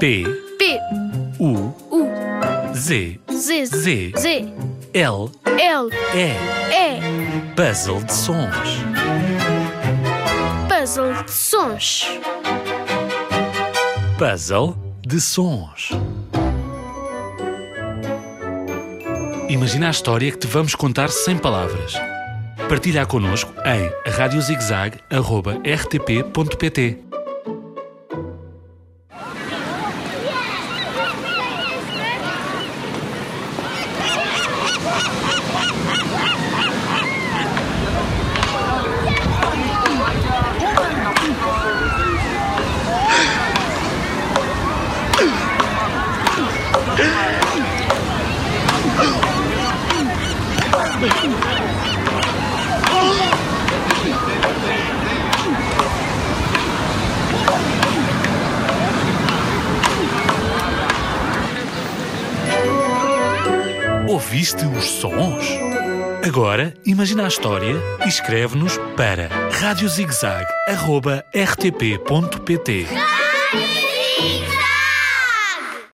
T, P, U, U, Z, Z, Z. Z, L, L, E. E, Puzzle de sons. puzzle de sons. Puzzle de sons. Imagina a história que te vamos contar sem palavras. Partilha connosco em radiozigzag.rtp.pt Ouviste os sons? Agora imagina a história e escreve-nos para radiozigzag.rtp.pt Rádio Zigzag.